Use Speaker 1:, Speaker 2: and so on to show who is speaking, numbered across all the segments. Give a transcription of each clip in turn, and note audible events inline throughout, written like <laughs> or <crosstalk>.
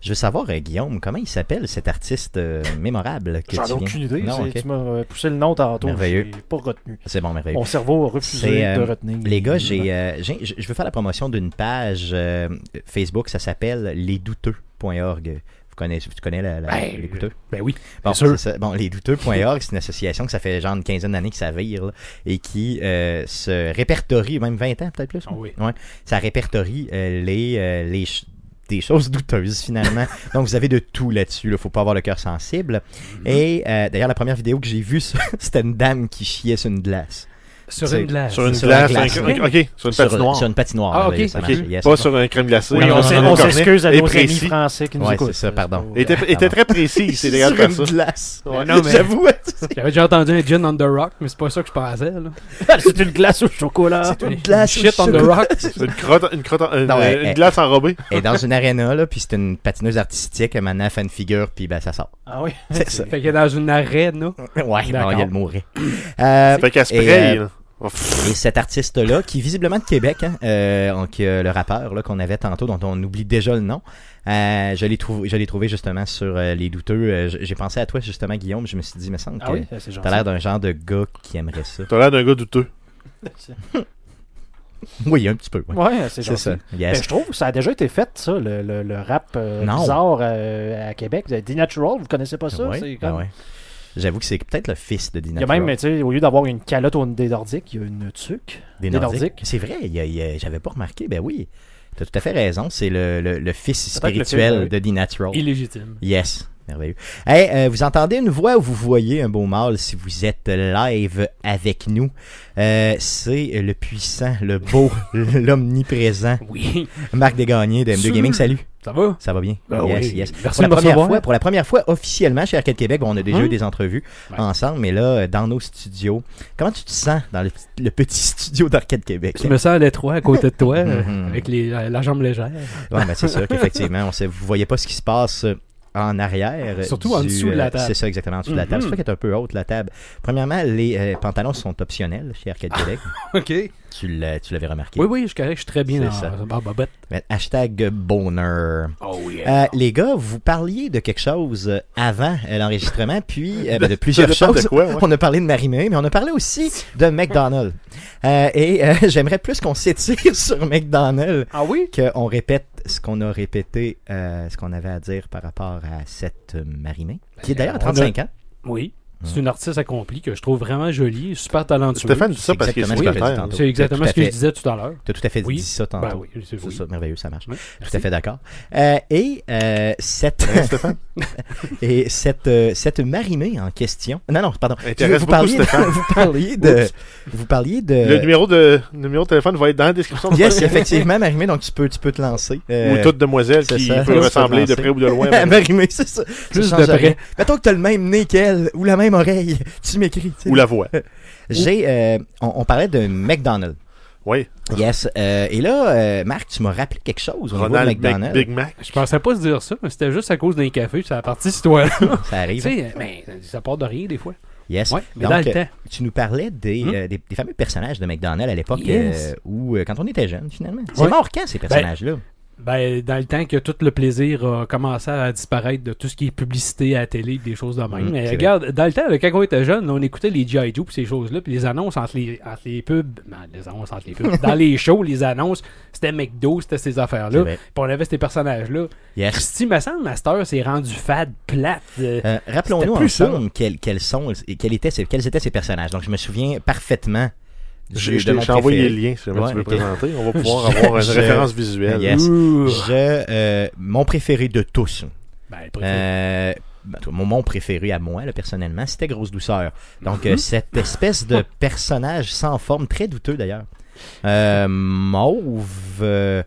Speaker 1: Je veux savoir, euh, Guillaume, comment il s'appelle cet artiste euh, mémorable que
Speaker 2: J'en ai
Speaker 1: tu viens-
Speaker 2: aucune idée.
Speaker 1: Non,
Speaker 2: c'est-
Speaker 1: ok.
Speaker 2: Tu m'as euh, poussé le nom tantôt.
Speaker 1: Merveilleux.
Speaker 2: J'ai pas retenu.
Speaker 1: C'est bon, merveilleux.
Speaker 2: Mon cerveau a refusé
Speaker 1: C'est, euh,
Speaker 2: de retenir.
Speaker 1: Les gars, j'ai, euh, j'ai- je veux faire la promotion d'une page euh, Facebook, ça s'appelle lesdouteux.org. Vous connaissez, tu connais la, la-
Speaker 2: Ben,
Speaker 1: les douteux?
Speaker 2: Ben oui.
Speaker 1: Bon,
Speaker 2: sûr.
Speaker 1: c'est ça. Bon, lesdouteux.org, c'est une association que ça fait genre une quinzaine d'années que ça vire là, et qui euh, se répertorie, même 20 ans peut-être plus.
Speaker 2: Ah oui.
Speaker 1: Ouais. ça répertorie euh, les, euh, les ch- des choses douteuses
Speaker 2: <laughs>
Speaker 1: finalement. Donc vous avez de tout là-dessus, il faut pas avoir le cœur sensible.
Speaker 2: Mm-hmm.
Speaker 1: Et euh, d'ailleurs la première vidéo que j'ai vue, <laughs> c'était une dame qui chiait sur une glace.
Speaker 3: Sur
Speaker 1: C'est-
Speaker 3: une glace.
Speaker 4: Sur une
Speaker 1: Sur
Speaker 4: glace,
Speaker 1: la glace,
Speaker 4: un-
Speaker 1: oui.
Speaker 4: ok, sur une patinoire.
Speaker 1: Sur une patinoire.
Speaker 3: Ah,
Speaker 1: là,
Speaker 3: ok.
Speaker 1: oui, ça
Speaker 4: Ok,
Speaker 1: marche. Yes.
Speaker 4: Pas sur un crème glacée.
Speaker 3: Oui,
Speaker 4: Non,
Speaker 3: on
Speaker 4: non,
Speaker 3: s'est-
Speaker 4: non,
Speaker 3: on
Speaker 4: non,
Speaker 3: s'est-
Speaker 4: cornet.
Speaker 2: s'excuse à
Speaker 4: Et
Speaker 2: nos amis
Speaker 4: précis.
Speaker 2: français qui nous
Speaker 1: Ouais,
Speaker 2: écoutent.
Speaker 1: c'est ça, pardon.
Speaker 4: Il était, il était très précis, c'est
Speaker 1: sur
Speaker 4: légal de faire ça.
Speaker 1: une glace.
Speaker 4: Ouais.
Speaker 3: Non, mais-
Speaker 1: J'avoue.
Speaker 3: J'avais déjà entendu un gin on the rock, mais c'est pas ça que je pensais.
Speaker 2: <laughs>
Speaker 3: Là.
Speaker 2: C'est une glace au chocolat.
Speaker 1: une glace au
Speaker 3: shit on the
Speaker 1: chocolat.
Speaker 3: rock.
Speaker 4: C'est Une crotte, une crotte, une,
Speaker 1: Non,
Speaker 4: euh,
Speaker 1: eh,
Speaker 4: une
Speaker 1: eh.
Speaker 4: glace enrobée.
Speaker 1: Et dans une arena là, puis c'est une patineuse artistique, elle maintenant elle fait une figure, puis ben ça sort.
Speaker 2: Ah oui.
Speaker 1: C'est ça.
Speaker 3: Fait que dans une arène,
Speaker 1: Ouais, non,
Speaker 3: D'accord.
Speaker 1: il y a le mourir. Euh,
Speaker 4: Fait qu'elle
Speaker 1: et,
Speaker 4: spray.
Speaker 1: euh,
Speaker 4: là. Oh, pff,
Speaker 1: Et cet artiste-là, qui est visiblement de Québec, hein, euh, donc, euh, le rappeur là, qu'on avait tantôt, dont on oublie déjà le nom, euh, je l'ai trouvé, je l'ai trouvé justement sur euh, Les Douteux. Euh, j- J'ai pensé à toi justement, Guillaume. Je me suis dit, me semble que
Speaker 2: Ah oui, c'est gentil.
Speaker 1: t'as l'air d'un genre de gars qui aimerait ça. <laughs>
Speaker 4: T'as l'air d'un gars douteux.
Speaker 1: oui, un petit peu. ouais.
Speaker 2: Ouais, c'est
Speaker 1: C'est
Speaker 2: gentil.
Speaker 1: ça.
Speaker 2: Mais
Speaker 1: Yes.
Speaker 2: je trouve que ça a déjà été fait, ça, le, le- le rap euh,
Speaker 1: Non.
Speaker 2: bizarre euh, à Québec. The Natural, vous connaissez pas Ah, ça?
Speaker 1: Ouais,
Speaker 2: C'est
Speaker 1: ben
Speaker 2: comme-
Speaker 1: ouais. J'avoue que c'est peut-être le fils de
Speaker 2: Il y a
Speaker 1: Dinatra.
Speaker 2: même, tu sais, au lieu d'avoir une calotte au des Nordiques, il y a une tuque.
Speaker 1: des
Speaker 2: des
Speaker 1: Nordiques.
Speaker 2: Nordiques.
Speaker 1: C'est vrai, il y a- il y a- j'avais pas remarqué. Ben oui, t'as tout à fait raison. C'est le, le- le fils
Speaker 2: Peut-être le fils,
Speaker 1: spirituel
Speaker 2: ben oui.
Speaker 1: de Dinatra.
Speaker 3: illégitime.
Speaker 1: Yes, merveilleux. Hey, euh, vous entendez une voix ou vous voyez un beau mâle si vous êtes live avec nous. Euh, c'est le puissant, le beau, <laughs> l'omniprésent
Speaker 3: Oui.
Speaker 1: Marc Desgagnés de M2 Gaming. Salut.
Speaker 3: Ça va?
Speaker 1: Ça va bien?
Speaker 2: Ben
Speaker 1: yes,
Speaker 2: oui.
Speaker 1: yes.
Speaker 2: Merci
Speaker 1: Pour la,
Speaker 2: de me
Speaker 1: première
Speaker 2: recevoir.
Speaker 1: fois, pour la première fois officiellement chez Arcade Québec, bon, on a déjà
Speaker 3: Mhm.
Speaker 1: eu des entrevues
Speaker 3: Ouais.
Speaker 1: ensemble, mais là, euh, dans nos studios, comment tu te sens dans le, petit- le petit <laughs> studio d'Arcade Québec?
Speaker 3: Je me sens à l'étroit à côté de
Speaker 1: <laughs>
Speaker 3: toi,
Speaker 1: Mhm.
Speaker 3: euh, avec les, la, la jambe légère.
Speaker 1: <laughs> Ouais, ben, c'est sûr qu'effectivement, on sait, vous voyez pas ce qui se passe euh, en arrière. euh,
Speaker 3: Surtout en dessous de la
Speaker 1: euh,
Speaker 3: table. Mm-hmm.
Speaker 1: C'est ça, exactement, en dessous de la table. C'est ça qui est un peu haute, la table. Premièrement, les euh, pantalons sont optionnels chez Arcade Québec.
Speaker 3: OK.
Speaker 1: tu l'as- tu l'avais remarqué.
Speaker 3: Ah. Oui, oui, je suis correct, je suis très bien
Speaker 1: C'est
Speaker 3: dans
Speaker 1: ça.
Speaker 3: ça. Bobette.
Speaker 1: Mais hashtag bonheur.
Speaker 3: Oh oui.
Speaker 1: Euh, les gars, vous parliez de quelque chose euh, avant euh, l'enregistrement, puis
Speaker 3: <laughs>
Speaker 1: euh, ben, de plusieurs
Speaker 4: dépend de
Speaker 1: choses.
Speaker 4: quoi, ouais.
Speaker 1: <laughs> On a parlé de Marimé, mais on a parlé aussi de McDonald's. Euh, et euh, <laughs> j'aimerais plus qu'on s'étire <laughs> sur McDonald's
Speaker 2: Ah oui?
Speaker 1: qu'on répète ce qu'on a répété, euh, ce qu'on avait à dire par rapport à cette euh, Marimé, qui est d'ailleurs à
Speaker 3: Ben, on a-
Speaker 1: 35 ans.
Speaker 3: Oui.
Speaker 1: Mm.
Speaker 3: C'est une artiste accomplie que je trouve vraiment jolie, super talentueuse.
Speaker 4: Stéphane dit ça parce qu'il est
Speaker 1: exactement ce que je
Speaker 4: secrétaire.
Speaker 1: dis
Speaker 3: C'est exactement
Speaker 1: Tout à
Speaker 3: ce que
Speaker 1: fait.
Speaker 3: je disais tout à l'heure.
Speaker 1: Tu as tout à fait
Speaker 3: Oui.
Speaker 1: dit ça tantôt.
Speaker 3: Ben oui, c'est
Speaker 1: C'est
Speaker 3: oui.
Speaker 1: ça, merveilleux, ça marche.
Speaker 3: Oui,
Speaker 1: Tout à fait d'accord. Euh, et euh, cette,
Speaker 4: Hein, Stéphane?
Speaker 1: et cette, euh, cette marimée en question. Non, non, pardon.
Speaker 4: Intéresse
Speaker 1: vous,
Speaker 4: beaucoup
Speaker 1: parliez de,
Speaker 4: Stéphane.
Speaker 1: <laughs> vous parliez de. vous parliez de.
Speaker 4: Le numéro de le numéro de téléphone va être dans la description. de
Speaker 1: Yes, effectivement, marimée, donc tu peux, tu peux te lancer.
Speaker 4: Ou
Speaker 1: euh, <laughs>
Speaker 4: toute demoiselle
Speaker 1: c'est
Speaker 4: qui
Speaker 1: ça.
Speaker 4: peut
Speaker 1: Là,
Speaker 4: ressembler
Speaker 1: c'est
Speaker 4: de près ou de loin.
Speaker 1: à marimée, c'est ça.
Speaker 3: Plus
Speaker 1: Ça
Speaker 3: de
Speaker 1: change rien.
Speaker 3: près.
Speaker 1: Mettons que tu as le même nez qu'elle ou la même oreille. <laughs> Tu m'écris. tu sais.
Speaker 4: Ou la voix.
Speaker 1: J'ai, euh, on, on parlait de McDonald's.
Speaker 4: Oui.
Speaker 1: Yes. euh, et là, euh, Marc, tu m'as rappelé quelque chose au niveau de
Speaker 4: Ronald Mac-
Speaker 1: McDonald's.
Speaker 4: Big Mac.
Speaker 3: Je pensais pas se dire ça, mais c'était juste à cause d'un café, puis ça a parti cette histoire
Speaker 1: <laughs> Ça
Speaker 3: Tu
Speaker 1: arrive. hein?
Speaker 3: sais, ben, ça part de rien des fois.
Speaker 1: Yes.
Speaker 3: Ouais, mais
Speaker 1: Donc,
Speaker 3: dans le
Speaker 1: euh,
Speaker 3: temps.
Speaker 1: Tu nous parlais des,
Speaker 3: Hmm?
Speaker 1: euh, des, des fameux personnages de McDonald's à l'époque
Speaker 3: Yes.
Speaker 1: euh, où, euh, quand on était jeune, finalement. C'est
Speaker 3: Ouais.
Speaker 1: mort quand, ces personnages-là?
Speaker 3: Ben, dans le temps que tout le plaisir a commencé à disparaître de tout ce qui est publicité à la télé, des choses de même.
Speaker 1: Mm,
Speaker 3: Mais
Speaker 1: c'est
Speaker 3: regarde, dans le temps, là, quand on était jeune, on écoutait les G.I. Joe pis ces choses-là, puis les annonces entre les, entre les pubs. ben, les annonces entre
Speaker 1: <laughs>
Speaker 3: les pubs. dans les shows, les annonces, c'était McDo, c'était ces
Speaker 1: C'est
Speaker 3: affaires-là.
Speaker 1: vrai.
Speaker 3: Puis on avait ces personnages-là.
Speaker 1: yes.
Speaker 3: Christy, me semble, Master s'est rendu fade, plate. euh,
Speaker 1: Euh, Rappelons-nous
Speaker 3: C'était plus ça.
Speaker 1: ensemble quels, quels sont et quels étaient, ces, quels étaient ces personnages. Donc, je me souviens parfaitement du-
Speaker 4: Je je
Speaker 1: de mon
Speaker 4: t'ai je t'ai envoyé
Speaker 1: préféré.
Speaker 4: le lien si jamais
Speaker 1: Ouais,
Speaker 4: tu veux
Speaker 1: ok.
Speaker 4: présenter. On va pouvoir avoir
Speaker 1: Je-
Speaker 4: une référence visuelle.
Speaker 1: Yes.
Speaker 3: ouh.
Speaker 1: Je, euh, mon préféré de tous,
Speaker 3: Ben, le préféré.
Speaker 1: Euh, ben, toi, mon, mon préféré à moi, là, personnellement, c'était Grosse Douceur. Donc,
Speaker 3: Mhm.
Speaker 1: euh, cette espèce
Speaker 3: <laughs>
Speaker 1: de personnage sans forme, très douteux d'ailleurs, euh, mauve, euh,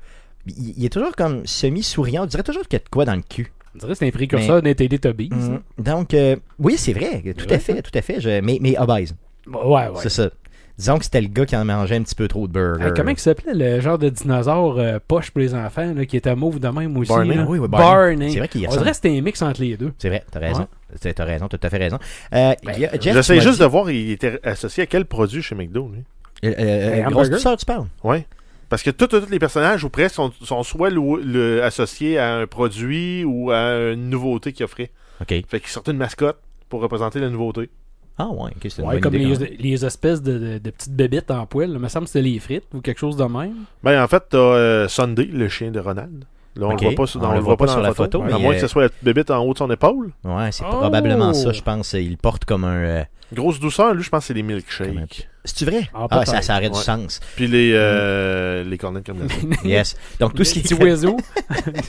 Speaker 1: il, il est toujours comme semi-souriant. On dirait toujours qu'il y a de quoi dans le cul.
Speaker 3: On dirait que c'est un précurseur d'un Teletubbies.
Speaker 1: Donc, euh, oui, c'est vrai, tout à
Speaker 3: ouais.
Speaker 1: fait, tout à fait. Je- mais, mais obèse,
Speaker 3: hein? Ouais, ouais.
Speaker 1: c'est Mm-hmm. ça. Disons que c'était le gars qui en mangeait un petit peu trop de burger.
Speaker 3: Euh, comment il s'appelait le genre de dinosaure euh, poche pour les enfants là, qui était mauve de même aussi?
Speaker 4: Barney.
Speaker 3: là?
Speaker 1: Oui, oui, Barney.
Speaker 3: Barney.
Speaker 1: C'est vrai qu'il
Speaker 3: On
Speaker 1: ressemble.
Speaker 3: dirait que c'était un mix entre les deux.
Speaker 1: C'est vrai, t'as raison. T'as t'as raison, t'as tout à fait raison. Euh, il y a-
Speaker 3: Ben,
Speaker 1: Jeff, tu
Speaker 4: J'essaie
Speaker 1: m'as
Speaker 4: juste
Speaker 1: dit-
Speaker 4: de voir, il était associé à quel produit chez McDo, lui.
Speaker 1: Euh, euh,
Speaker 3: Un
Speaker 1: grosse
Speaker 3: Ben, hamburger?
Speaker 1: douceur, tu parles?
Speaker 4: Ouais. Parce que tous tous- tous les personnages ou presque sont, sont soit lou- le- associés à un produit ou à une nouveauté qu'ils offraient.
Speaker 1: OK.
Speaker 4: Fait qu'ils sortaient une mascotte pour représenter la nouveauté.
Speaker 1: Ah ouais, OK, c'est une
Speaker 3: Ouais,
Speaker 1: bonne
Speaker 3: comme
Speaker 1: idée,
Speaker 3: les,
Speaker 1: quand même.
Speaker 3: les espèces de, de- de petites bébites en poêle. là. Il me semble que c'était les frites ou quelque chose de même.
Speaker 4: Ben, en fait, t'as euh, Sunday, le chien de Ronald. Là, on
Speaker 1: Ok.
Speaker 4: le voit pas, sur-
Speaker 1: On
Speaker 4: on
Speaker 1: le
Speaker 4: le
Speaker 1: voit
Speaker 4: voit pas
Speaker 1: pas
Speaker 4: dans
Speaker 1: sur la
Speaker 4: la
Speaker 1: photo,
Speaker 4: photo.
Speaker 1: mais,
Speaker 4: à moins que
Speaker 1: euh,
Speaker 4: ce soit la petite bébête en haut de son épaule.
Speaker 1: Ouais, c'est
Speaker 3: Oh!
Speaker 1: probablement ça, je pense. Il porte comme un... euh,
Speaker 4: Grosse douceur, lui, je pense que c'est les
Speaker 1: Comme un
Speaker 4: milkshakes.
Speaker 1: C'est-tu vrai?
Speaker 3: Ah,
Speaker 1: Ah,
Speaker 3: peut-être.
Speaker 1: ça, ça aurait du
Speaker 4: Ouais.
Speaker 1: sens.
Speaker 4: Puis les,
Speaker 1: Mm.
Speaker 4: euh, les cornets
Speaker 1: <laughs>
Speaker 4: de Camelot.
Speaker 1: Yes. Donc,
Speaker 3: <laughs>
Speaker 1: tout ce qui
Speaker 3: Les petits
Speaker 1: est...
Speaker 3: oiseaux.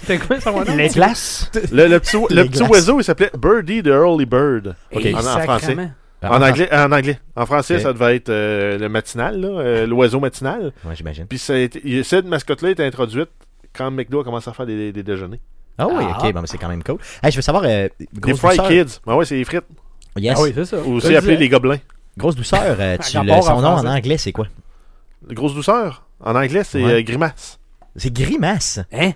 Speaker 3: C'était quoi son nom?
Speaker 2: Les glaces.
Speaker 4: le, le petit, le
Speaker 1: Les
Speaker 4: petit
Speaker 1: glaces.
Speaker 4: oiseau, il s'appelait Birdie the Early Bird.
Speaker 1: Ok.
Speaker 3: Et
Speaker 4: En, en
Speaker 3: sacrément.
Speaker 4: français.
Speaker 1: Ah,
Speaker 4: En anglais, en anglais. En français,
Speaker 1: Ok.
Speaker 4: ça devait être euh, le matinal, là, euh, l'oiseau matinal.
Speaker 1: Ouais, j'imagine.
Speaker 4: Puis ça a été- il- cette mascotte-là est introduite quand McDo a commencé à faire des, des- des déjeuners.
Speaker 1: Ah oui,
Speaker 3: Ah.
Speaker 1: OK, bon, mais c'est quand même cool. Hey, je veux savoir... euh,
Speaker 4: Des
Speaker 1: grosse
Speaker 4: Fry
Speaker 1: douceur.
Speaker 4: Kids. Ben ouais, c'est les frites.
Speaker 1: Yes.
Speaker 3: Ah oui, c'est ça.
Speaker 4: Ou
Speaker 3: Je
Speaker 4: aussi
Speaker 3: le
Speaker 4: appelé
Speaker 3: disais.
Speaker 4: les gobelins.
Speaker 1: Grosse douceur,
Speaker 3: <laughs>
Speaker 1: euh, tu
Speaker 3: Rapport
Speaker 1: le- son
Speaker 3: en
Speaker 1: nom en
Speaker 3: français.
Speaker 1: anglais, c'est quoi?
Speaker 4: Grosse douceur. En anglais, c'est
Speaker 1: Ouais.
Speaker 4: euh, grimace.
Speaker 1: C'est Grimace.
Speaker 3: Hein?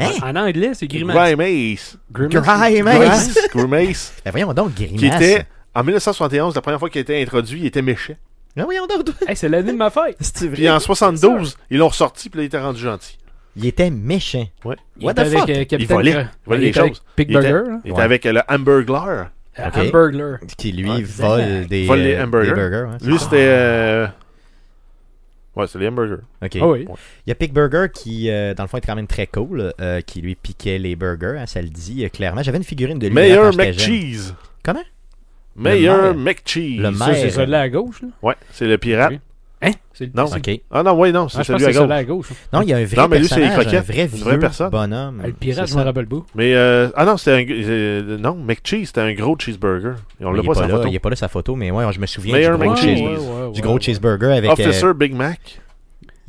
Speaker 1: Hein?
Speaker 3: En- En anglais, c'est grimace.
Speaker 4: Grimace.
Speaker 1: Ah,
Speaker 3: Grimace.
Speaker 1: Grimace. <laughs>
Speaker 4: Grimace.
Speaker 1: Ben, voyons donc, Grimace.
Speaker 4: qui était, en 1971, la première fois qu'il a été introduit, il était méchant.
Speaker 1: Ben, voyons donc, toi.
Speaker 3: Hey, c'est l'année de ma fête.
Speaker 1: C'est
Speaker 4: Puis en 72, ils l'ont ressorti, puis là, il était rendu gentil.
Speaker 1: Il était méchant.
Speaker 4: Ouais.
Speaker 3: Il
Speaker 1: What
Speaker 3: était
Speaker 1: the fuck?
Speaker 3: avec euh, Capitaine
Speaker 4: Il volait.
Speaker 3: Cra-
Speaker 4: Il volait
Speaker 3: il
Speaker 4: les
Speaker 3: était avec
Speaker 4: choses.
Speaker 3: Pig
Speaker 4: Il était-
Speaker 3: Burger. là.
Speaker 4: Il
Speaker 1: hein? Ouais. Ah.
Speaker 4: était avec euh, le hamburglar.
Speaker 3: Euh,
Speaker 1: Ok.
Speaker 3: Hamburglar.
Speaker 1: Qui, lui,
Speaker 4: Ouais,
Speaker 1: vole
Speaker 3: exact.
Speaker 1: des...
Speaker 4: Vole les
Speaker 1: euh,
Speaker 4: hamburgers.
Speaker 1: des burgers, ouais.
Speaker 4: Lui, c'était... euh, Ouais, c'est les hamburgers.
Speaker 1: OK.
Speaker 3: Ah oui.
Speaker 1: Il y a Pick Burger qui, euh, dans le fond, est quand même très cool, euh, qui lui piquait les burgers, hein, ça le dit euh, clairement. J'avais une figurine de lui. là, quand
Speaker 4: Meilleur
Speaker 1: j'étais jeune.
Speaker 4: McCheese.
Speaker 1: Comment?
Speaker 4: Meilleur
Speaker 1: Le
Speaker 4: McCheese.
Speaker 1: Le
Speaker 3: Ça, c'est
Speaker 1: maire.
Speaker 3: celui-là à gauche. Là.
Speaker 4: Ouais, c'est le pirate.
Speaker 3: Oui. Hein? C'est
Speaker 4: Non.
Speaker 3: c'est-
Speaker 1: OK.
Speaker 4: Ah non, oui, non,
Speaker 3: Ah,
Speaker 4: c'est
Speaker 3: je pense
Speaker 4: celui
Speaker 3: que
Speaker 4: à
Speaker 3: c'est
Speaker 4: gauche.
Speaker 3: celui à gauche. là.
Speaker 1: Non, il y a un vrai
Speaker 4: Non, mais lui, c'est les
Speaker 1: personnage, un
Speaker 4: croquettes.
Speaker 1: vrai
Speaker 4: C'est une
Speaker 1: vieux
Speaker 4: vraie personne.
Speaker 1: bonhomme.
Speaker 3: Ah, Le pirate,
Speaker 1: Hmm. C'est
Speaker 3: je me
Speaker 1: ça.
Speaker 3: rappelle pas.
Speaker 4: Mais euh, ah non, c'était un euh, non, McCheese, c'était un gros cheeseburger. Et on
Speaker 1: Mais
Speaker 4: l'a
Speaker 1: il est
Speaker 4: pas
Speaker 1: pas
Speaker 4: sa
Speaker 1: là,
Speaker 4: photo.
Speaker 1: il est pas là sa photo, mais ouais, je me souviens
Speaker 4: Meilleur
Speaker 1: du gros,
Speaker 4: McCheese.
Speaker 1: cheese-
Speaker 4: Ouais,
Speaker 1: du gros cheeseburger avec... euh,
Speaker 4: Officer Big Mac.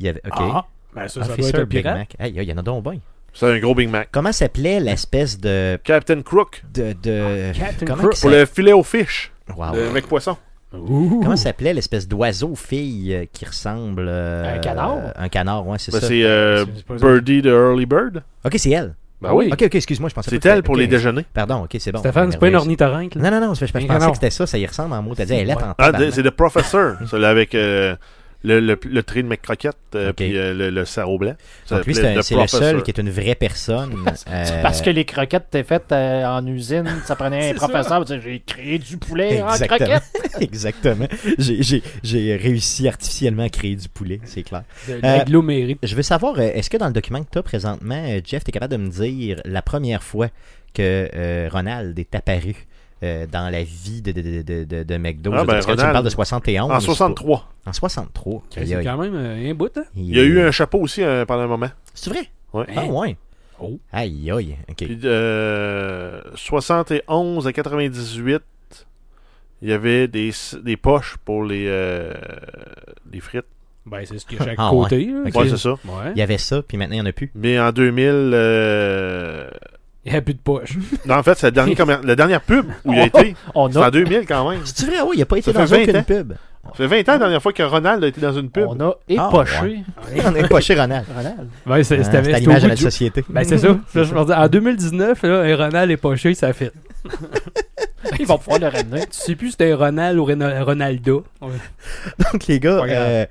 Speaker 1: il y avait, ok.
Speaker 3: Ah, ben ça, ça doit être
Speaker 1: Officer
Speaker 3: un
Speaker 1: Big
Speaker 3: pirate.
Speaker 1: Mac. Aïe, aïe, il y en a donc bien.
Speaker 4: C'est un gros Big Mac.
Speaker 1: Comment s'appelait l'espèce de...
Speaker 4: Captain Crook
Speaker 1: de, de
Speaker 3: Ah, Captain
Speaker 1: comment
Speaker 3: Crook.
Speaker 1: qu'il
Speaker 4: pour le filet au fish
Speaker 1: s'appelait- Wow.
Speaker 4: de McPoisson.
Speaker 3: Ouh.
Speaker 1: Comment s'appelait l'espèce d'oiseau fille euh, qui ressemble... euh,
Speaker 3: Un canard?
Speaker 1: euh, Un canard, ouais, c'est
Speaker 4: Ben,
Speaker 1: ça.
Speaker 4: c'est euh,
Speaker 3: C'est- c'est pas ça.
Speaker 4: Birdie de Early Bird.
Speaker 1: Ok, c'est elle.
Speaker 4: Ben oui.
Speaker 1: Oh, Ok, ok, excuse-moi, je pensais pas
Speaker 4: C'est
Speaker 1: que c'était-
Speaker 4: elle pour
Speaker 1: ok.
Speaker 4: les déjeuners.
Speaker 1: Pardon, ok, c'est bon.
Speaker 3: Stéphane, c'est pas une
Speaker 1: Merveilleux.
Speaker 3: ornithorynque. là.
Speaker 1: Non, non, non, je, je pensais
Speaker 3: canard.
Speaker 1: que c'était ça, ça y ressemble en mot. T'as dit, elle est en
Speaker 4: Ah, de-
Speaker 1: tabarnak.
Speaker 4: c'est The Professor,
Speaker 1: <laughs>
Speaker 4: celui avec euh, le, le, le trait de McCroquette euh,
Speaker 1: Ok.
Speaker 4: puis euh, le, le sarreau blanc. Ça
Speaker 1: Donc lui, c'est
Speaker 4: s'appelait
Speaker 1: un-
Speaker 4: The
Speaker 1: c'est le seul
Speaker 4: Professor.
Speaker 1: qui est une vraie
Speaker 4: <laughs>
Speaker 1: personne. euh,
Speaker 2: Parce que les croquettes étaient faites euh, en usine, ça <laughs> prenait un
Speaker 3: C'est ça.
Speaker 2: professeur, tu sais, j'ai créé du poulet en
Speaker 1: Exactement.
Speaker 2: croquettes.
Speaker 1: <laughs> Exactement. J'ai- J'ai j'ai réussi artificiellement à créer du poulet, c'est clair.
Speaker 3: De- de L'agglomérie.
Speaker 1: Je veux savoir, euh, est-ce que dans le document que tu as présentement, euh, Jeff, tu es capable de me dire la première fois que euh, Ronald est apparu euh, dans la vie de, de, de, de, de- de McDo?
Speaker 4: Ah,
Speaker 1: Je veux dire,
Speaker 4: ben,
Speaker 1: parce que là, tu me
Speaker 4: Ronald,
Speaker 1: parles de 71.
Speaker 4: En 63.
Speaker 1: En 63.
Speaker 3: Ben, C'est quand même euh, un bout, hein?
Speaker 4: Il y a eu un chapeau aussi euh, pendant un moment.
Speaker 1: C'est vrai?
Speaker 4: Ouais.
Speaker 1: Ah ouais.
Speaker 3: Oh.
Speaker 1: Aïe aïe. OK.
Speaker 4: Puis de euh, 71 à 98, il y avait des, des poches pour les, euh, les frites.
Speaker 3: Ben, c'est ce qu'il y a à chaque
Speaker 1: Ah, ouais.
Speaker 3: côté. là.
Speaker 1: Ok.
Speaker 4: Ouais, c'est ça.
Speaker 3: Ouais.
Speaker 1: Il y avait ça, puis maintenant il n'y en a plus.
Speaker 4: Mais en 2000, euh,
Speaker 3: Il n'y a plus de poche.
Speaker 4: non, en fait, c'est la
Speaker 1: <laughs>
Speaker 4: dernière, commer- la dernière pub où il a
Speaker 1: Oh,
Speaker 4: été.
Speaker 2: On
Speaker 4: C'est en
Speaker 2: a,
Speaker 4: 2000 quand même.
Speaker 1: C'est
Speaker 3: oh,
Speaker 1: vrai, oui, il n'a pas été
Speaker 4: Ça
Speaker 1: dans
Speaker 4: fait 20
Speaker 1: aucune
Speaker 4: ans.
Speaker 1: pub.
Speaker 4: Ça fait 20 ans la dernière fois que Ronald a été dans une pub.
Speaker 2: on a
Speaker 1: Ah,
Speaker 2: époché
Speaker 1: ouais. <laughs> on n'est pas chez Ronald.
Speaker 2: Ronald.
Speaker 3: Ben, <laughs> c'est
Speaker 1: Hein,
Speaker 3: c'était-
Speaker 1: C'est à
Speaker 3: c'était au
Speaker 1: l'image de
Speaker 3: bout
Speaker 1: la
Speaker 3: du-
Speaker 1: société.
Speaker 3: <laughs> Ben, c'est ça. Ça, je me dis, en 2019, là, un Ronald est poché, ça fait.
Speaker 2: Ils vont pouvoir le ramener.
Speaker 3: Tu sais plus si c'était un Ronald ou Rena- Ronaldo.
Speaker 1: Donc, les gars,
Speaker 3: Pas grave.
Speaker 1: euh,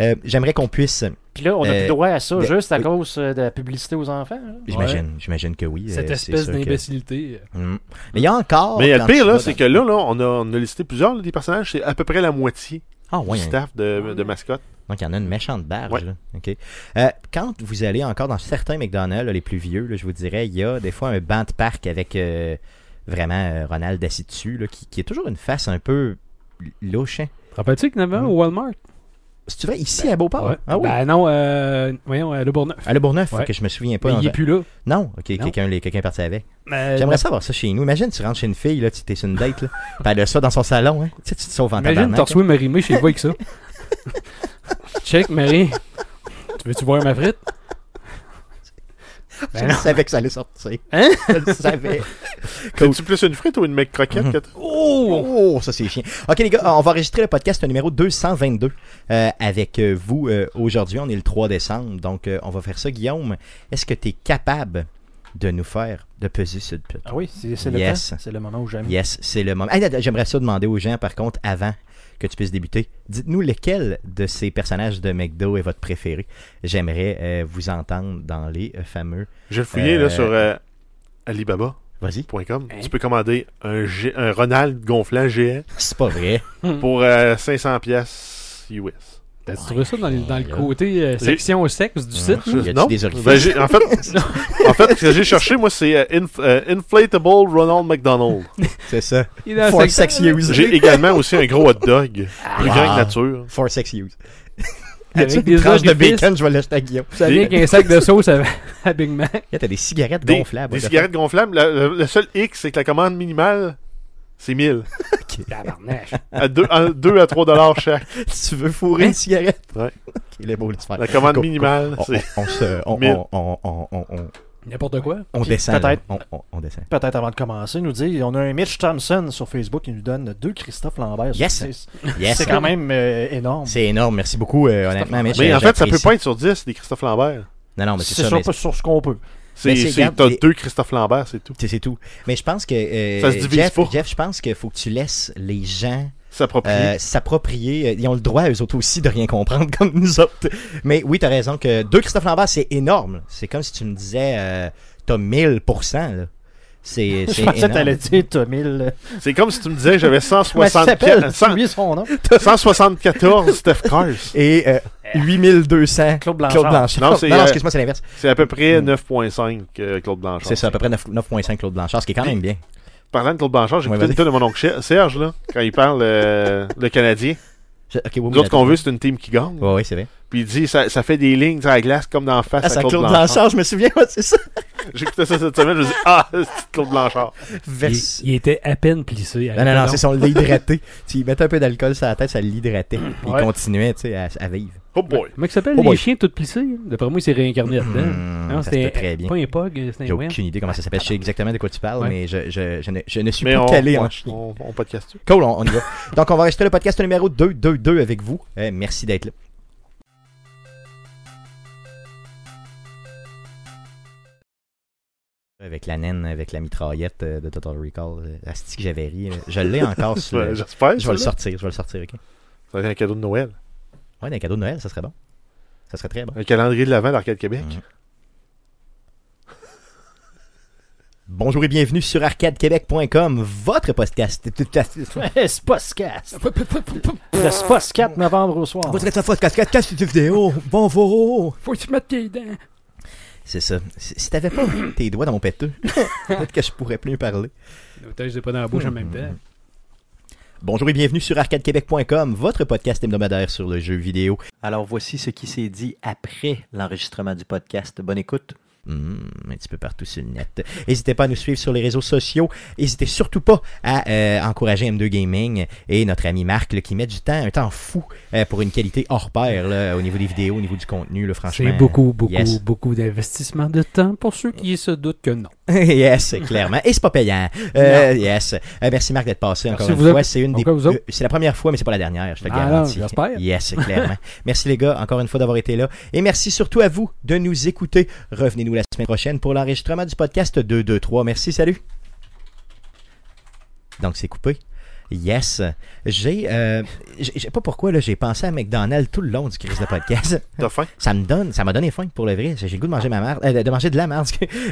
Speaker 1: euh, j'aimerais qu'on puisse,
Speaker 2: Puis là, on a
Speaker 1: Euh,
Speaker 2: plus droit à ça
Speaker 1: ben,
Speaker 2: juste à
Speaker 1: oui.
Speaker 2: cause euh, de la publicité aux enfants. là.
Speaker 1: j'imagine, j'imagine que oui. euh,
Speaker 3: Cette
Speaker 1: c'est
Speaker 3: espèce
Speaker 1: sûr que-
Speaker 3: d'imbécilité.
Speaker 1: Mm. Mais il y a encore.
Speaker 4: Mais euh, le
Speaker 1: quand
Speaker 4: pire,
Speaker 1: tu vas
Speaker 4: là,
Speaker 1: dans-
Speaker 4: c'est que là, là on, a, on a listé plusieurs là, des personnages. C'est à peu près la moitié
Speaker 1: Ah, ouais.
Speaker 4: du
Speaker 1: hein.
Speaker 4: staff de, de mascotte.
Speaker 1: Donc, il y en a une méchante barge.
Speaker 4: Ouais.
Speaker 1: là. OK. Euh, quand vous allez encore dans certains McDonald's, là, les plus vieux, là, je vous dirais, il y a des fois un banc de parc avec euh, vraiment euh, Ronald assis dessus, là, qui, qui est toujours une face un peu louche. Hein.
Speaker 3: Te rappelles-tu qu'il y en avait un
Speaker 1: Mm.
Speaker 3: au Walmart?
Speaker 1: C'est-tu vrai, ici à Beauport? Ah oui.
Speaker 3: Ben non, euh, voyons, euh, le Bourneuf.
Speaker 1: à Le Bourgneuf,
Speaker 3: Ouais.
Speaker 1: que je me souviens pas.
Speaker 3: Mais il
Speaker 1: dans-
Speaker 3: est plus là.
Speaker 1: Non, ok,
Speaker 3: Non.
Speaker 1: quelqu'un l'est- quelqu'un est parti avec.
Speaker 3: Euh,
Speaker 1: J'aimerais savoir ça chez nous. Imagine, tu rentres chez une fille, là, tu t'es sur une date,
Speaker 3: <laughs>
Speaker 1: là, pis elle a ça dans son salon, hein. Tu sais, tu te sauves en
Speaker 3: Imagine, t'as
Speaker 1: tabarnak. hein.
Speaker 3: reçu Marie-Mé chez vous avec ça. <laughs> Check, Marie. Tu veux-tu voir ma frite?
Speaker 1: Je le savais que ça allait sortir.
Speaker 3: Ben Hein?
Speaker 1: Je le savais. Cool. Mhm.
Speaker 4: C'est-tu plus une frite ou une mec croquette que t'as?
Speaker 1: Oh! ça c'est chiant. Ok les gars, on va enregistrer le podcast numéro 222 euh, avec euh, vous euh, aujourd'hui. On est le 3 décembre, donc euh, on va faire ça. Guillaume, est-ce que tu es capable de nous faire de peser sur le piton?
Speaker 2: Ah oui, c'est c'est le
Speaker 1: Yes.
Speaker 2: temps. C'est le moment où j'aime.
Speaker 1: Yes, c'est le moment. Hey, attends, J'aimerais ça demander aux gens, par contre, avant que tu puisses débuter, dites-nous lequel de ces personnages de McDo est votre préféré. J'aimerais euh, vous entendre dans les euh, fameux.
Speaker 4: J'ai fouillé
Speaker 1: Euh,
Speaker 4: là, sur euh, Alibaba.com.
Speaker 1: Vas-y.
Speaker 3: Hein?
Speaker 4: Tu peux commander un, G- un Ronald gonflant géant
Speaker 1: C'est pas vrai. <laughs>
Speaker 4: pour euh, 500 pièces US.
Speaker 3: T'as-tu trouvé ça dans, le- dans le
Speaker 1: Ouais.
Speaker 3: côté euh, section sexe du site?
Speaker 1: Hein? Y a-tu
Speaker 4: Non.
Speaker 1: des
Speaker 4: Ben,
Speaker 1: orifices?
Speaker 4: j'ai- en, fait, en fait, ce que
Speaker 1: <laughs>
Speaker 4: j'ai cherché, moi, c'est euh, inf- euh, Inflatable
Speaker 1: <laughs>
Speaker 4: Ronald McDonald.
Speaker 1: C'est ça.
Speaker 3: Il est dans la
Speaker 1: Force
Speaker 3: section-
Speaker 1: sex use.
Speaker 4: J'ai également aussi un gros hot dog, plus grand
Speaker 1: Wow.
Speaker 4: que nature.
Speaker 1: For sex use.
Speaker 3: Avec
Speaker 1: Avec
Speaker 3: des
Speaker 1: des tranche de
Speaker 3: orifices.
Speaker 1: bacon, je vais l'acheter à Guillaume.
Speaker 3: Ça vient qu'un sac de sauce à, <laughs> à Big Mac.
Speaker 1: Là, t'as des cigarettes
Speaker 4: Des,
Speaker 1: gonflables.
Speaker 4: des
Speaker 1: what the
Speaker 4: cigarettes gonflables. La- la- le seul X, c'est que la commande minimale, c'est 1000.
Speaker 3: Tabarnache.
Speaker 4: À 2 à, deux à 3 dollars chaque.
Speaker 1: fuck? Tu veux fourrer une cigarette?
Speaker 4: Ouais.
Speaker 1: Ok, il est beau, laisse faire.
Speaker 4: La commande
Speaker 1: Go, Oh, go.
Speaker 4: minimale,
Speaker 1: On,
Speaker 4: c'est...
Speaker 1: on- on se- on-
Speaker 4: Mille.
Speaker 1: on- on- on- on- on-
Speaker 3: N'importe quoi.
Speaker 1: on
Speaker 2: Puis
Speaker 1: descend. là.
Speaker 2: peut-être-
Speaker 1: On, on- on descend.
Speaker 2: Peut-être avant de commencer, nous dit on a un Mitch Thompson sur Facebook qui nous donne deux Christophe Lambert.
Speaker 1: Yes.
Speaker 2: C'est-
Speaker 1: Yes.
Speaker 2: C'est quand même euh, énorme.
Speaker 1: C'est énorme, merci beaucoup, euh, honnêtement. Mitch,
Speaker 4: Mais en fait, ça peut
Speaker 1: j'apprécie.
Speaker 4: pas être sur 10, des Christophe Lambert.
Speaker 1: Non, non, mais c'est
Speaker 2: C'est
Speaker 1: ça.
Speaker 2: sur,
Speaker 1: mais c'est-
Speaker 2: sur ce qu'on peut.
Speaker 4: C'est,
Speaker 1: Mais Ben, c'est-
Speaker 4: c'est-
Speaker 1: regarde,
Speaker 4: t'as
Speaker 1: les-
Speaker 4: deux Christophe Lambert, c'est tout.
Speaker 1: C'est tout. Mais je pense que. euh,
Speaker 4: Ça se divise
Speaker 1: Jeff,
Speaker 4: pas.
Speaker 1: Jeff, je pense qu'il faut que tu laisses les gens
Speaker 4: S'approprier.
Speaker 1: euh, s'approprier. euh, Ils ont le droit, eux autres aussi, de rien comprendre <laughs> comme nous autres. Mais oui, t'as raison que deux Christophe Lambert, c'est énorme. C'est comme si tu me disais, euh, t'as 1000%. Là. C'est,
Speaker 2: <laughs> Je
Speaker 1: c'est
Speaker 2: pensais que
Speaker 1: énorme.
Speaker 2: t'allais dire T'as mille...
Speaker 4: C'est comme si tu me disais
Speaker 1: <laughs>
Speaker 4: que j'avais
Speaker 2: Comment il s'appelle? J'ai
Speaker 4: 164, 100
Speaker 2: oublié son nom.
Speaker 4: 174 Steph Cars.
Speaker 1: Et euh, 8200
Speaker 2: Claude Blanchard. <laughs>
Speaker 1: Claude Blanchard.
Speaker 4: Non, c'est,
Speaker 1: non,
Speaker 4: euh,
Speaker 1: excuse-moi, c'est l'inverse.
Speaker 4: C'est à peu près 9.5 euh, Claude Blanchard.
Speaker 1: Hmm. C'est ça, à peu près 9 9.5 Claude Blanchard, ce qui est quand même bien.
Speaker 4: Parlant de Claude Blanchard, j'ai
Speaker 1: Ouais,
Speaker 4: écouté une
Speaker 1: vas-y.
Speaker 4: tune de mon oncle Che- Serge, là, quand il parle euh, le Canadien.
Speaker 1: Je- ok, oui, oui,
Speaker 4: Nous autres,
Speaker 1: attends.
Speaker 4: qu'on veut, c'est une team qui gagne.
Speaker 1: Oh, Ouais, ouais, c'est vrai.
Speaker 4: Puis il dit, ça, ça fait des lignes sur la glace comme dans la face
Speaker 1: Ah,
Speaker 4: à
Speaker 1: ça,
Speaker 4: Claude,
Speaker 1: Claude
Speaker 4: Blanchard.
Speaker 1: Blanchard, je me souviens, ouais, c'est ça.
Speaker 4: J'écoutais ça cette semaine, je me dis, ah, <laughs> c'est Claude Blanchard.
Speaker 3: Il,
Speaker 1: Verse-
Speaker 3: il était à peine plissé.
Speaker 1: Non, non, non, c'est ça, on l'hydratait. tu y mettais un peu d'alcool sur la tête, ça l'hydratait. Puis
Speaker 3: Ouais.
Speaker 1: il continuait, tu sais, à, à vivre.
Speaker 4: Oh boy.
Speaker 3: Comment il s'appelle
Speaker 1: Oh
Speaker 3: les
Speaker 1: boy.
Speaker 3: chiens tout plissés? hein? D'après moi, il s'est réincarné là-dedans.
Speaker 1: Hmm,
Speaker 3: non,
Speaker 1: ça
Speaker 3: c'était
Speaker 1: se peut très bien.
Speaker 3: pas un pog, c'était
Speaker 1: J'ai
Speaker 3: un wham.
Speaker 1: aucune idée comment ça s'appelle. Je sais exactement de quoi tu parles,
Speaker 3: Ouais.
Speaker 1: mais je, je, je ne, je ne suis
Speaker 4: Mais
Speaker 1: pas
Speaker 4: on,
Speaker 1: calé
Speaker 4: on,
Speaker 1: en chenille.
Speaker 4: on, on podcast
Speaker 1: Cool, on, on <laughs> y va. Donc, on va rester le podcast numéro 222 avec vous. Euh, merci d'être là. Avec la naine, avec la mitraillette euh, de Total Recall. euh, Asti que j'avais ri. euh, Je l'ai encore <laughs> sur le-
Speaker 4: J'espère.
Speaker 1: Je vais le
Speaker 4: ça,
Speaker 1: sortir, je vais le sortir, ok?
Speaker 4: là. Ça va être un cadeau de Noël.
Speaker 1: Ouais, d'un cadeau de Noël, ça serait bon. Ça serait très bon.
Speaker 4: Un calendrier de l'Avent d'Arcade Québec.
Speaker 1: Mm. Bonjour et bienvenue sur arcadequebec.com, votre podcast.
Speaker 2: Sposcast. Le Sposcat novembre au soir.
Speaker 1: Votre podcast vidéo. Bonjour.
Speaker 3: Faut que tu mettes tes dents.
Speaker 1: C'est ça. Si si t'avais pas tes doigts dans mon péteux, peut-être que je pourrais plus parler.
Speaker 3: Putain, je l'ai pas dans la bouche en
Speaker 1: Hmm,
Speaker 3: même temps.
Speaker 1: Bonjour et bienvenue sur arcadequebec.com, votre podcast hebdomadaire sur le jeu vidéo.
Speaker 5: Alors voici ce qui s'est dit après l'enregistrement du podcast. Bonne écoute.
Speaker 1: Hmm, un petit peu partout sur le net. N'hésitez pas à nous suivre sur les réseaux sociaux. N'hésitez surtout pas à euh, encourager M2 Gaming et notre ami Marc là, qui met du temps, un temps fou euh, pour une qualité hors pair là, au niveau des vidéos, au niveau du contenu. Là, franchement,
Speaker 3: C'est beaucoup, beaucoup,
Speaker 1: yes.
Speaker 3: beaucoup d'investissement de temps pour ceux qui se doutent que non.
Speaker 1: <laughs> yes, clairement. Et c'est pas payant. Euh, yes. Euh, merci Marc d'être passé encore
Speaker 3: Merci, vous
Speaker 1: une
Speaker 3: autres.
Speaker 1: fois. C'est une des.
Speaker 3: Encore vous autres.
Speaker 1: euh, c'est la première fois, mais c'est pas la dernière. Je te le
Speaker 3: Ah non,
Speaker 1: garantis.
Speaker 3: j'espère. <laughs>
Speaker 1: Yes, clairement. merci les gars, encore une fois d'avoir été là. Et merci surtout à vous de nous écouter. Revenez-nous la semaine prochaine pour l'enregistrement du podcast 223. Merci, salut. Donc c'est coupé. Yes. J'ai, euh, j'ai j'ai pas pourquoi là, j'ai pensé à McDonald's tout le long du crise de podcast.
Speaker 4: T'as faim?
Speaker 1: Ça me donne, ça m'a donné faim pour le vrai. J'ai j'ai le goût de manger ma merde, euh, de manger de la <laughs> merde.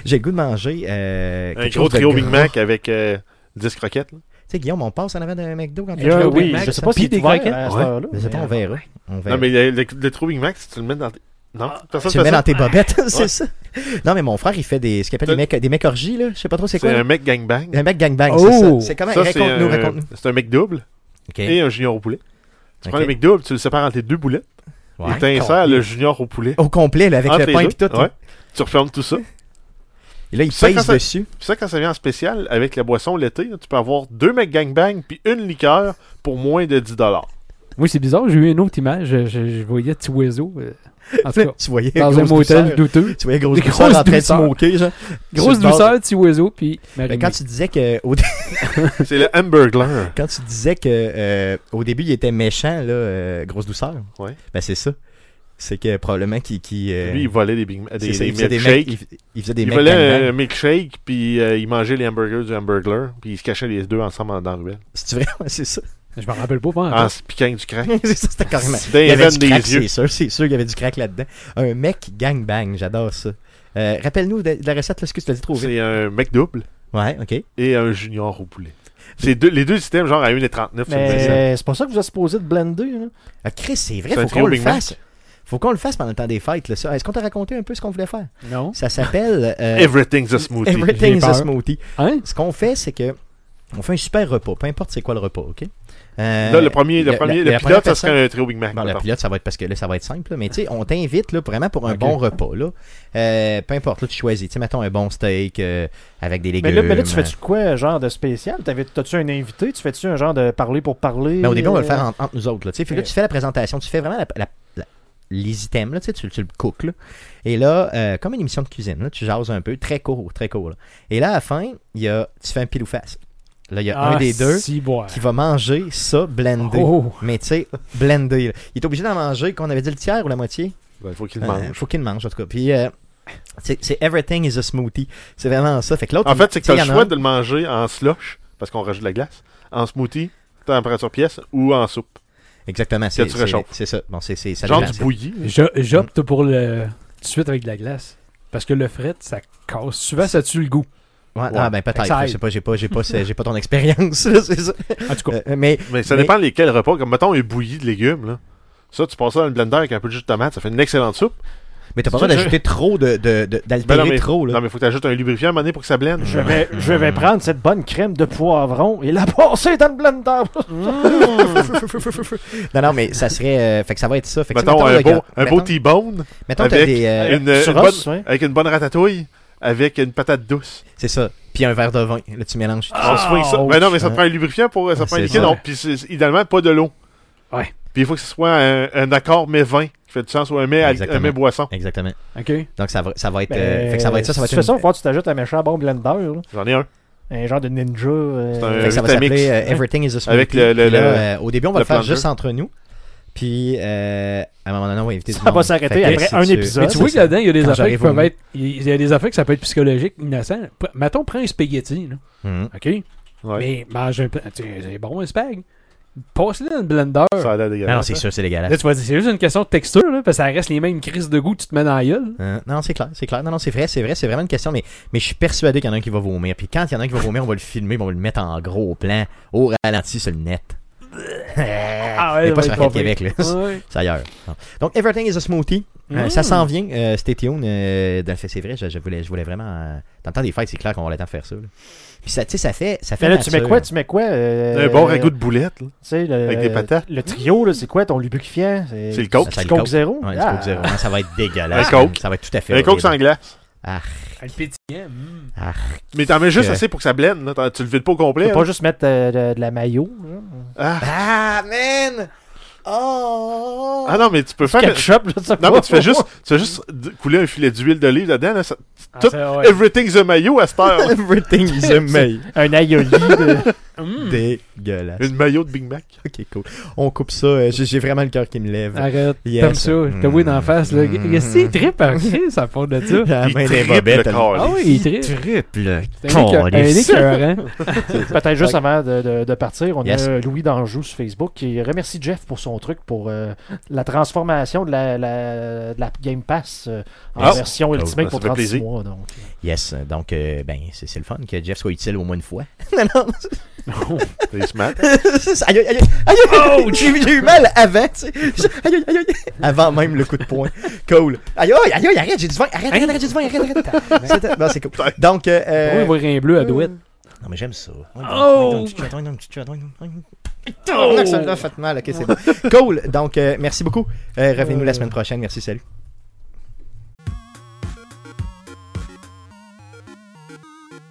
Speaker 1: J'ai le goût de manger. euh,
Speaker 4: Un
Speaker 1: quelque
Speaker 4: gros
Speaker 1: chose de
Speaker 4: trio Big
Speaker 1: gras.
Speaker 4: Mac avec euh, 10 croquettes. là.
Speaker 1: Tu sais, Guillaume, on passe en avant d'un McDo quand
Speaker 2: Il y a-
Speaker 1: on joue au Big
Speaker 2: oui,
Speaker 1: Mac,
Speaker 2: je
Speaker 1: ça.
Speaker 2: sais pas
Speaker 3: Puis
Speaker 2: si c'est
Speaker 3: des
Speaker 2: ouvert
Speaker 3: croquettes.
Speaker 2: à cette
Speaker 4: hein? Ouais.
Speaker 2: heure-là.
Speaker 1: Je sais pas, on verra. On verra.
Speaker 4: Non, mais le, le- le trou Big Mac, si tu le mets dans tes... Non, personne
Speaker 1: Ben Ah, tu
Speaker 4: fait
Speaker 1: le mets
Speaker 4: ça.
Speaker 1: dans tes bobettes, <laughs> c'est
Speaker 4: Ouais.
Speaker 1: ça. Non, mais mon frère, il fait des, ce qu'il appelle des mecs, des mecs orgies, là. Je sais pas trop c'est
Speaker 4: C'est
Speaker 1: quoi.
Speaker 4: un
Speaker 1: là.
Speaker 4: mec gangbang.
Speaker 1: Un mec gangbang,
Speaker 3: Oh!
Speaker 1: c'est ça. C'est comment?
Speaker 4: Ça, c'est
Speaker 1: raconte-nous,
Speaker 4: un,
Speaker 1: raconte-nous.
Speaker 4: c'est un mec double
Speaker 1: Ok.
Speaker 4: et un junior au poulet. Tu prends
Speaker 1: Ok.
Speaker 4: le mec double, tu le sépares entre tes deux boulettes
Speaker 1: Ouais.
Speaker 4: et t'insères le junior au poulet.
Speaker 1: Au complet, là, avec
Speaker 4: entre
Speaker 1: le
Speaker 4: les
Speaker 1: pain
Speaker 4: deux.
Speaker 1: et tout.
Speaker 4: Ah, Ouais.
Speaker 1: hein.
Speaker 4: Tu refermes tout ça. Puis
Speaker 1: Et là, il
Speaker 4: Ça, quand
Speaker 1: pèse
Speaker 4: ça-
Speaker 1: dessus.
Speaker 4: ça, quand ça vient en spécial, avec la boisson l'été, tu peux avoir deux mecs gangbang puis une liqueur pour moins de 10$.
Speaker 3: Moi, c'est bizarre, j'ai eu une autre image. Je, je- je voyais petit oiseau. euh, en
Speaker 1: <laughs>
Speaker 3: tout cas,
Speaker 1: tu voyais
Speaker 3: dans un
Speaker 1: grosse
Speaker 3: motel
Speaker 1: douceur.
Speaker 3: douteux.
Speaker 1: Tu voyais grosse
Speaker 3: Des
Speaker 1: douceur
Speaker 3: grosses
Speaker 1: en train de
Speaker 3: douceurs.
Speaker 1: smoker, genre.
Speaker 3: Grosse
Speaker 1: Sur le bord-
Speaker 3: douceur, petit oiseau, puis
Speaker 1: Mais
Speaker 3: marimé.
Speaker 1: quand tu disais que au,
Speaker 4: C'est le Hamburglar.
Speaker 1: Quand tu disais que euh, au début il était méchant, là, euh, grosse douceur,
Speaker 4: Ouais.
Speaker 1: ben c'est ça. C'est que probablement qu'il. qu'il, euh,
Speaker 4: Lui, il volait des, Big Ma-
Speaker 1: c'est
Speaker 4: des,
Speaker 1: ça,
Speaker 4: des
Speaker 1: il faisait des mecs.
Speaker 4: milkshakes.
Speaker 1: Il, il faisait des
Speaker 4: il
Speaker 1: mecs
Speaker 4: volait euh, un
Speaker 1: gangbang.
Speaker 4: milkshake, puis euh, il mangeait les hamburgers du Hamburglar, puis il se cachait les deux ensemble en- dans la ruelle.
Speaker 1: <laughs> C'est vrai, Ouais, c'est ça. <laughs>
Speaker 3: Je me rappelle pas. hein. pas
Speaker 4: En
Speaker 3: encore.
Speaker 4: se piquant du crack.
Speaker 1: c'est ça, c'était carrément.
Speaker 4: Dans
Speaker 1: Ah, Il y
Speaker 4: les
Speaker 1: avait
Speaker 4: veines
Speaker 1: du
Speaker 4: des
Speaker 1: crack,
Speaker 4: yeux.
Speaker 1: c'est sûr, c'est sûr qu'il y avait du crack là-dedans. Un mec gangbang, j'adore ça. Euh, Rappelle-nous de, de la recette, là, ce que tu l'as dit trop vite.
Speaker 4: C'est un mec double
Speaker 1: Ouais, ok.
Speaker 4: et un junior au poulet. C'est deux, les deux systèmes, genre à 1,39. c'est le même.
Speaker 2: Mais c'est pas ça que vous êtes supposé de blender. là.
Speaker 1: Ah, Chris, c'est vrai,
Speaker 4: C'est un
Speaker 1: faut
Speaker 4: trio
Speaker 1: qu'on le
Speaker 4: Big Mac.
Speaker 1: fasse. Faut qu'on le fasse pendant le temps des fêtes, là, ça. Est-ce qu'on t'a raconté un peu ce qu'on voulait faire?
Speaker 3: Non.
Speaker 1: Ça s'appelle. euh,
Speaker 4: Everything's a smoothie.
Speaker 1: Everything's
Speaker 3: J'ai
Speaker 1: a
Speaker 3: peur.
Speaker 1: smoothie.
Speaker 3: Hein?
Speaker 1: Ce qu'on fait, c'est que on fait un super repas, peu importe c'est quoi le repas, ok? Euh,
Speaker 4: Là, le premier, le, premier,
Speaker 1: la-
Speaker 4: le
Speaker 1: la première
Speaker 4: pilote, ça
Speaker 1: personne-
Speaker 4: serait un trio Big Mac.
Speaker 1: Bon, le
Speaker 4: mettons.
Speaker 1: pilote, ça va être parce que là, ça va être simple, là, mais tu sais, on t'invite là, vraiment pour un
Speaker 3: Ok.
Speaker 1: bon repas. Là. Euh, peu importe, là, tu choisis. Tu sais, mettons un bon steak euh, avec des légumes.
Speaker 2: Mais là, mais là, tu fais-tu quoi, genre de spécial T'avais- T'as-tu un invité Tu fais-tu un genre de parler pour parler
Speaker 1: Mais ben, au début, on va le faire
Speaker 2: euh,
Speaker 1: en- entre nous autres. Là, tu sais. Fait que là, tu fais la présentation, tu fais vraiment la- la- la- les items, là, tu, sais, tu, tu le cook. Là. Et là, euh, comme une émission de cuisine, là, tu jases un peu, très court, très court. là. Et là, à la fin, il y a, tu fais un pile ou face. Là, il y a un
Speaker 3: Ah,
Speaker 1: des deux
Speaker 3: si, boy.
Speaker 1: qui va manger ça blendé.
Speaker 3: Oh.
Speaker 1: Mais tu sais, blendé. là. Il est obligé d'en manger, qu'on avait dit le tiers ou la moitié
Speaker 4: Ben, faut qu'il
Speaker 1: Euh,
Speaker 4: mange.
Speaker 1: faut qu'il mange, en tout cas. Puis, euh, c'est c'est Everything is a smoothie. C'est vraiment ça. Fait que l'autre,
Speaker 4: En fait, c'est que
Speaker 1: tu sais,
Speaker 4: t'as
Speaker 1: il y
Speaker 4: le
Speaker 1: en a
Speaker 4: choix
Speaker 1: un-
Speaker 4: de le manger en slush, parce qu'on rajoute de la glace, en smoothie, température pièce, ou en soupe.
Speaker 1: Exactement. C'est
Speaker 4: tu
Speaker 1: c'est-
Speaker 4: réchauffes.
Speaker 1: c'est ça. Bon, c'est c'est- ça
Speaker 4: Genre
Speaker 1: dépend,
Speaker 4: du
Speaker 1: c'est-
Speaker 4: bouilli.
Speaker 3: Je-
Speaker 1: Mm.
Speaker 3: J'opte pour le. Tout de suite avec de la glace. Parce que le fret, ça casse. Souvent, ça tue le goût.
Speaker 1: Ouais, Ah, ben peut-être.
Speaker 3: Ça
Speaker 1: Je sais pas, j'ai pas, j'ai
Speaker 4: <laughs>
Speaker 1: pas, j'ai pas ton expérience. là, c'est ça.
Speaker 3: En
Speaker 1: <laughs>
Speaker 3: tout cas,
Speaker 1: Euh, mais
Speaker 4: Mais ça
Speaker 1: Mais-
Speaker 4: dépend lesquels repas. Comme, mettons, un bouilli de légumes, là. Ça, tu passes ça dans le blender avec un peu de jus de tomate, ça fait une excellente soupe.
Speaker 1: mais t'as pas besoin
Speaker 4: Je-
Speaker 1: d'ajouter trop de, de, de- d'altérer
Speaker 4: Ben non, mais-
Speaker 1: trop. Là.
Speaker 4: Non, mais faut que t'ajoutes un lubrifiant à un moment donné pour que ça blende.
Speaker 2: Je vais, je vais prendre cette bonne crème de poivron et la <laughs> passer dans le blender.
Speaker 1: non, non, mais ça serait. euh, fait que ça va être ça. Fait que, tu sais,
Speaker 4: Mettons, un
Speaker 1: mettons,
Speaker 4: beau, un beau
Speaker 1: mettons-
Speaker 4: T-bone
Speaker 1: mettons, t'as
Speaker 4: avec,
Speaker 1: des, euh,
Speaker 4: une, une
Speaker 2: sur
Speaker 4: bonne,
Speaker 2: os, ouais.
Speaker 4: avec une bonne ratatouille, avec une patate douce.
Speaker 1: c'est ça. Puis un verre de vin. Là, tu mélanges.
Speaker 2: Ah,
Speaker 1: tout ça.
Speaker 4: on swing
Speaker 2: oh,
Speaker 4: ça. Ben non, mais ça te prend un lubrifiant pour. Ça
Speaker 1: Ouais,
Speaker 4: te prend un
Speaker 1: c'est
Speaker 4: liquide.
Speaker 1: ça.
Speaker 4: non. Puis c'est- idéalement, pas de l'eau.
Speaker 3: Ouais.
Speaker 4: Puis il faut que ce soit un, un accord mais 20 qui fait du sens ou un mets, al-
Speaker 1: Exactement.
Speaker 4: un mets boisson.
Speaker 1: Exactement.
Speaker 3: OK.
Speaker 1: Donc ça va, ça va être.
Speaker 2: Ben,
Speaker 1: euh, fait que ça va être ça. Ça va
Speaker 2: si
Speaker 1: être
Speaker 2: tu fais
Speaker 1: une-
Speaker 2: ça, il faut que tu t'ajoutes un méchant bon blender. là.
Speaker 4: J'en ai un.
Speaker 2: Un genre de ninja. euh,
Speaker 4: C'est un-
Speaker 1: Fait que ça va s'appeler
Speaker 4: Vitamix.
Speaker 1: euh, Everything is a smoothie.
Speaker 4: Avec le- le-
Speaker 1: Puis là,
Speaker 4: le-
Speaker 1: euh, au début, on va
Speaker 4: le
Speaker 1: le faire
Speaker 4: plunger.
Speaker 1: juste entre nous. Puis, euh, à un moment donné, on va inviter
Speaker 2: Ça
Speaker 1: du
Speaker 2: va
Speaker 1: monde.
Speaker 2: s'arrêter
Speaker 1: Fait que
Speaker 2: après un
Speaker 1: tu-
Speaker 2: épisode.
Speaker 3: Mais
Speaker 2: Ah,
Speaker 3: tu
Speaker 2: c'est
Speaker 3: vois que là-dedans, il y a des
Speaker 1: Quand
Speaker 3: affaires qui
Speaker 1: j'arrive au
Speaker 3: peuvent
Speaker 1: mou-
Speaker 3: être. Il y a des affaires que ça peut être psychologique, innocent. P- Mettons, prends un spaghetti, là.
Speaker 1: Mhm.
Speaker 3: OK? Mais mange un. pla- tu sais, C'est bon, un spag. Passe-le dans le blender.
Speaker 4: Ça a l'air
Speaker 1: Non, non,
Speaker 4: dégueulasse.
Speaker 1: c'est sûr, c'est légal. hein.
Speaker 3: Là, tu vas dire, c'est juste une question de texture, là, parce que ça reste les mêmes crises de goût que tu te mets dans la gueule.
Speaker 1: Hein? non, c'est clair, c'est clair. Non, non, c'est vrai, c'est vrai, c'est vraiment une question, mais, mais je suis persuadé qu'il y en a un qui va vomir. Puis quand il y en a un qui va vomir, on va le filmer, puis on va le mettre en gros plan, au ralenti sur le net.
Speaker 3: Ah
Speaker 1: mais
Speaker 3: ouais,
Speaker 1: pas
Speaker 3: ouais,
Speaker 1: sur Arcade
Speaker 3: compris.
Speaker 1: Québec, là.
Speaker 3: Ouais.
Speaker 1: C'est ailleurs. Non. Donc, Everything is a smoothie. Euh,
Speaker 3: Mm.
Speaker 1: ça s'en vient. Euh, stay tuned. Euh, dans le fait, c'est vrai, je, je voulais, je voulais vraiment. euh, dans le temps des fêtes, c'est clair qu'on va le temps de faire ça. là. Puis, ça, tu sais, ça fait. Ça fait
Speaker 2: Mais là, tu mets
Speaker 1: nature.
Speaker 2: quoi Tu mets quoi euh,
Speaker 4: Un bon ragoût de boulette. là.
Speaker 2: tu sais, le-
Speaker 4: avec des patates.
Speaker 2: Le trio, là, c'est quoi ton lubrifiant
Speaker 4: C'est le coke.
Speaker 1: Ça, c'est
Speaker 2: C'est
Speaker 1: le
Speaker 2: Coke
Speaker 1: coke.
Speaker 2: zéro.
Speaker 1: Ouais, du
Speaker 2: Ah.
Speaker 1: Coke Zero. Non, ça va être dégueulasse.
Speaker 4: Un Coke.
Speaker 1: Ça va être tout à fait.
Speaker 4: Un coke
Speaker 1: horrible.
Speaker 4: sans glace.
Speaker 3: Ah, Le pétillant. mm.
Speaker 1: Ah,
Speaker 4: Mais t'en mets juste
Speaker 1: Que-
Speaker 4: assez pour que ça blende. là. T'en- Tu le vides pas au
Speaker 2: Tu
Speaker 4: complet.
Speaker 2: peux pas
Speaker 4: là.
Speaker 2: juste mettre euh, de, de la mayo. genre.
Speaker 4: Ah.
Speaker 1: Ah, man! Oh!
Speaker 4: Ah non, mais tu peux
Speaker 2: Du
Speaker 4: faire.
Speaker 2: ketchup, là, tu sais
Speaker 4: Non, mais
Speaker 2: pas.
Speaker 4: tu fais juste, tu fais juste d- couler un filet d'huile d'olive dedans. Là, ça-
Speaker 3: Ah,
Speaker 4: Tout-
Speaker 3: ça, ouais.
Speaker 4: Everything's a mayo à cette heure. là.
Speaker 1: <laughs> Everything is a mail.
Speaker 2: Un aioli.
Speaker 4: <laughs>
Speaker 2: de-
Speaker 3: Mm.
Speaker 1: Dégueulasse.
Speaker 4: Une mayo de Big Mac.
Speaker 1: <laughs> Ok, cool. On coupe ça. euh, J'ai j'ai vraiment le cœur qui me lève.
Speaker 3: Arrête,
Speaker 1: Yes.
Speaker 3: t'aimes ça, je te vois
Speaker 1: Mm.
Speaker 3: dans la face. là.
Speaker 1: Mm.
Speaker 3: Qu'est-ce qu'il trippe à Chris à fond de ça?
Speaker 1: <laughs> La main Ah, ben,
Speaker 4: Il
Speaker 1: des
Speaker 4: triple
Speaker 1: bobettes,
Speaker 4: le
Speaker 1: elle-
Speaker 4: corps, là.
Speaker 3: Ah oui, il trippe.
Speaker 1: Triple.
Speaker 3: C'est un écœur- un
Speaker 1: calice.
Speaker 3: écœurant.
Speaker 2: Peut-être juste avant de, de- de partir, on
Speaker 1: Yes.
Speaker 2: a Louis d'Anjou sur Facebook qui remercie Jeff pour son truc pour euh, la transformation de la, la- de la Game Pass euh, en
Speaker 4: Ah.
Speaker 2: version
Speaker 4: ben,
Speaker 2: Ultimate
Speaker 4: ça
Speaker 2: pour
Speaker 4: fait
Speaker 2: 36
Speaker 4: plaisir.
Speaker 2: mois. Donc.
Speaker 1: Yes. Donc, euh, ben, c'est c'est le fun que Jeff soit utile au moins une fois. non, non.
Speaker 4: C'est smart.
Speaker 1: c'est- <laughs> Aïe, aïe, aïe, aïe, aïe. J'ai j'ai eu mal avant, tu sais. <laughs> Aïe, aïe, aïe, aïe. Avant même le coup de poing. Cool. Aïe, aïe, aïe, aïe, arrête, j'ai du vin. Arrête, arrête, arrête, j'ai du vin. Arrête, arrête. C'était- Non, c'est cool. Donc, euh,
Speaker 3: Pourquoi
Speaker 1: euh,
Speaker 3: il voit rien bleu à douette?
Speaker 1: Non, mais j'aime ça.
Speaker 3: Oh!
Speaker 1: Oh! Ça me l'a fait mal, ok, c'est bon. Cool, donc euh, merci beaucoup. Euh, Revenez-nous la semaine prochaine, merci, salut.